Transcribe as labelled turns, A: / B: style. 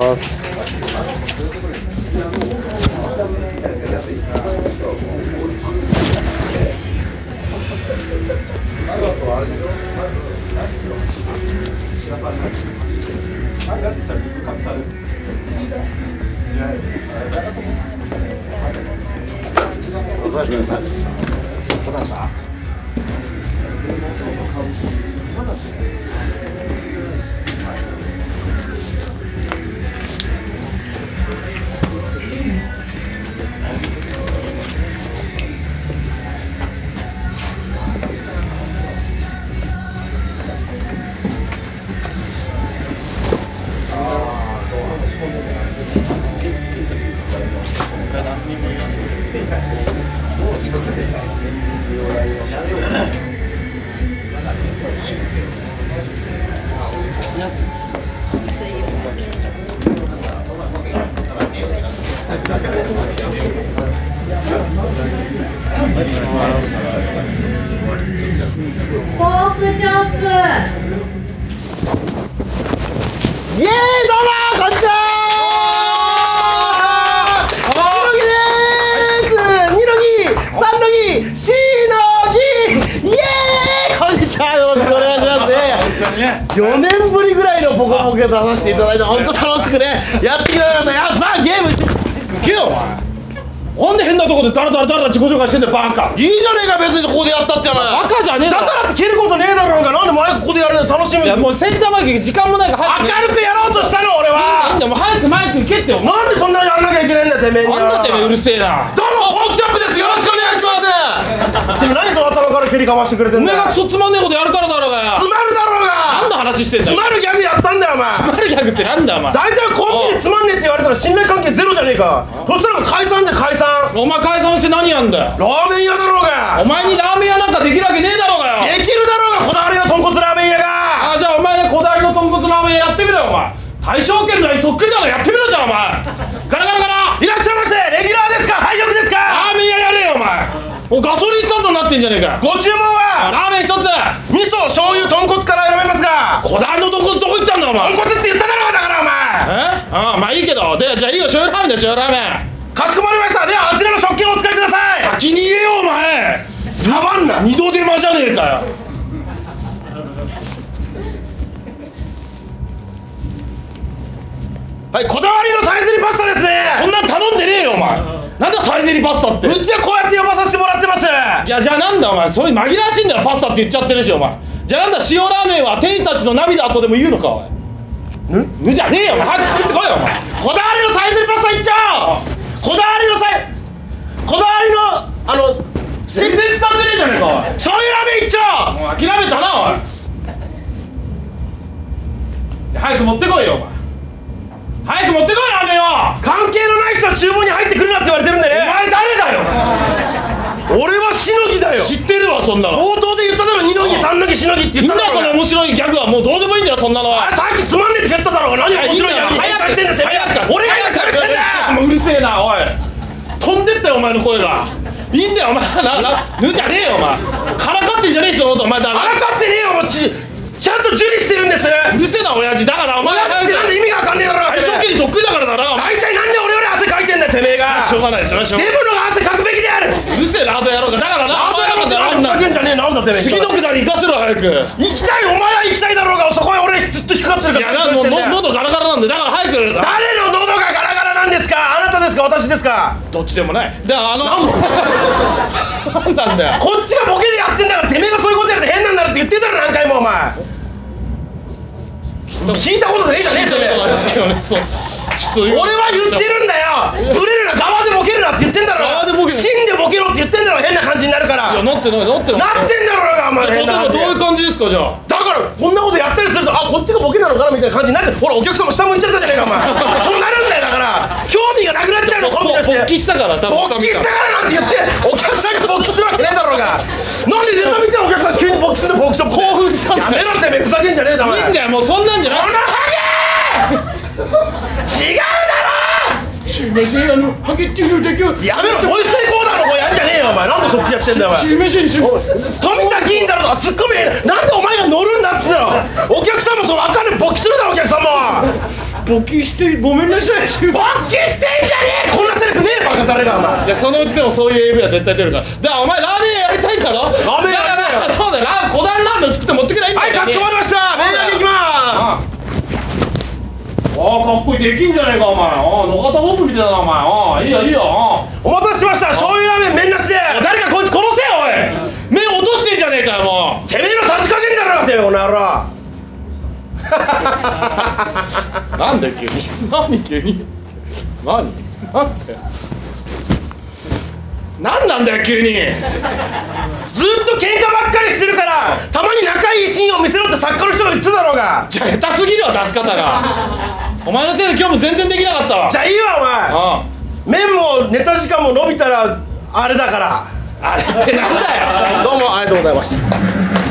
A: ます。お疲れ様です。お疲れ様でした。イエーイどう
B: ポークチョップ
A: もこんにちはしのぎです二のぎ三のぎしのぎイエーイこんにちはよろしくお願いしますね4年ぶりぐらいのボコボコで出させていただいて本当楽しくねやってきたようなやザゲームしけよお前なんで変なとこでダラダラダラ自己紹介してんだよバカいいじゃねえか別にここでやったってお前バカじゃねえだからって蹴ることねえだろうがなんで前ここでやるの楽しみいやもうセンターマイク時間もないから明るくやろうとしたの俺は
C: でも早くマイクに蹴ってよ
A: なんでそんなにやんなきゃいけないんだてめえに
C: なんだてめえうるせえな
A: どうもコークチャップですよろしくお願いしますてめえ何と頭から蹴りかましてくれてん
C: お
A: だ
C: 前
A: よ
C: がク
A: 詰
C: ソつまんねえことやるからだろうがよ
A: まるだろうが
C: 何の話してんだ
A: 詰
C: よ
A: まるギャグやったんだよお前
C: つまるギャグってなんだよお前
A: 大体コンビでつまんねえって言われたら信頼関係ゼロじゃねえかそしたらもう解散で解散
C: お前解散して何やんだよ
A: ラーメン屋だろうが
C: お前にラーメン屋なんかできるわけねえだろうがよ
A: できるだろうがこだわりの豚骨ラーメン屋が
C: あじゃあお前ねこだわりの豚骨ラーメン屋やってみろよお前大正圏内そっくりだろやってみろじゃあお前ガラガラガラ
A: いらっしゃいませレギュラーですか配役です
C: ラ
A: か
C: ーメン屋やれよお前おガソリンスタンドになってんじゃねえかよ
A: ご注文は
C: ラーメン一つ
A: 味噌醤油豚骨から選べますが
C: こだわりの豚骨どこ行ったんだよお前
A: 豚骨
C: え
A: って言っただろうがだからお前
C: ああまあいいけどでじゃあいいよ醤油ラーメンだよ醤油ラーメン
A: かしこまりましたではあちらの食券をお使いください
C: 先に言えよお前
A: サバンナ
C: 二度手間じゃねえかよ
A: はいこだわりのサイゼリパスタです
C: そん
A: ね
C: なん頼んでねえよお前なんだサイゼリパスタって
A: うちはこうやって呼ばさせてもらってます
C: じゃあじゃあなんだお前そういう紛らわしいんだよパスタって言っちゃってるしお前じゃあなんだ塩ラーメンは天使たちの涙とでも言うのかおい
A: ぬ
C: ぬじゃねえよお前早く作ってこいよお前
A: こだわりのサイゼリパスタいっちゃおうこだわりのサイこだわりのあの
C: 全然伝わってねえじゃねえかおい
A: 醤油ラーメンいっちゃおう
C: もう諦めたなおい早く持ってこいよお前早く持ってこいラーメンを
A: 関係のない人は厨房に入ってくるなって言われてるんでね
C: お前誰だよ
A: 俺はしのぎだよ
C: 知ってるわそんなの
A: 冒頭で言っただろ二の木三の木しのぎって言
C: みん
A: っただろ
C: なその面白いギャグはもうどうでもいいんだよそんなのは
A: あさっきつまんねえって言っただろうが何面白いや
C: 早
A: し
C: く
A: てんだって
C: 早く
A: 俺が今喋ってんだ
C: もううるせえなおい飛んでったよお前の声がいいんだよお前ななぬじゃねえよお前からかってんじゃねえ人のことお前だ
A: あなたってねえよもうちちゃんと受理してるんです
C: うるせえな親父だからお前
A: 親父ってなんで意味がわかんねえだろ
C: 最初期にそっくりだからだなお前
A: 大体なんで俺より汗かいてんだよてめえが
C: しょう
A: デ
C: がないしょうがないしょう
A: ブ
C: がない
A: のが汗かくべきである
C: うるせえなあと野郎がだから
A: あ
C: なお前ら
A: な
C: が
A: んだ
C: な
A: ふざけんじゃねえなんだてめえ
C: 次のくだり行かせろ早く
A: 行
C: い
A: きたいお前は行きたいだろうがそこへ俺ずっと引っかかってるか
C: や
A: ら
C: なもう
A: びっくりしてんだよ
C: の喉ガラガラなんでだから早く
A: 誰の喉がガラガラなんですかあなたですか私ですか
C: どっちでもないだからあの
A: なんなんだよこっちがボケでやってんだからてめえがそういうことやると変なんだろって言ってたろ何回もお前聞いたことねえじゃねえてめえ
C: なんですけどねそうちょっと
A: 俺は言ってるんだよブレるな側でボケるなって言ってんだろ
C: 側でボケる
A: 死んでボケろって言ってんだろ変な感じになるから
C: いや
A: なっ
C: なってないなってない
A: てんだろうがお前変
C: 例え
A: な感
C: ばど
A: じ
C: ういう感じですかじゃあ
A: だからこんなことやったりするとあこっちがボケなのかなみたいな感じになってほらお客さんも下向いちゃったじゃねえかお 前そうなるんだよだから興味がなくなっちゃうのコンビとして
C: 勃起したから多分
A: 勃起したからなんて言ってお客さんが勃起するわけねえだろうがなんでネタ見てお客さん急に勃起するんだ勃起して興奮した
C: んだ
A: やめろってめえふざけんじゃねえだお前
C: いいんだよもうそんなんじゃな
A: この
C: い
A: ハゲ違うだ
C: しめしあのハゲっていうだけは
A: ろやめろボイスレコーダーの方やんじゃねえよお前なんでそっちやってんだよお前
C: めしにしよ
A: 富田議員だろツッコミなんでお前が乗るんだっつうのお客さんもその赤で勃起するだろお客さんも勃起してごめんなさい勃起してんじゃねえこんなセリフねえバカ誰がお前いやそのうちでもそういう AV は絶対出るからだからお前ラーメンやりたいんだろラ
B: ーメンやりたいよ
A: だからそうだよラーメン小段ラーメン作って持ってけないいんだ
B: はいかしこまりましたメン焼きいきます
A: すああかっこいいできんじゃねえかお前ああ野方ホープみたいだなお前ああいいよいいよああ
B: お待たせしました醤油ラーメン麺なしで
A: 誰かこいつ殺せよおい目落としてんじゃねえかよもう
B: てめえのさじ加減だろてめえこの野郎
A: なんで急に何急に何なんだよ何なんだよ急に
B: ずっと喧嘩ばっかりしてるからたまに仲いいシーンを見せろって作家の人が言ってただろうが
A: じゃあ下手すぎるわ出し方がお前のせいで今日も全然できなかったわ
B: じゃあいいわ
A: あ
B: お前麺もネタ時間も伸びたらあれだから
A: ああれってなんだよ
B: どうもありがとうございました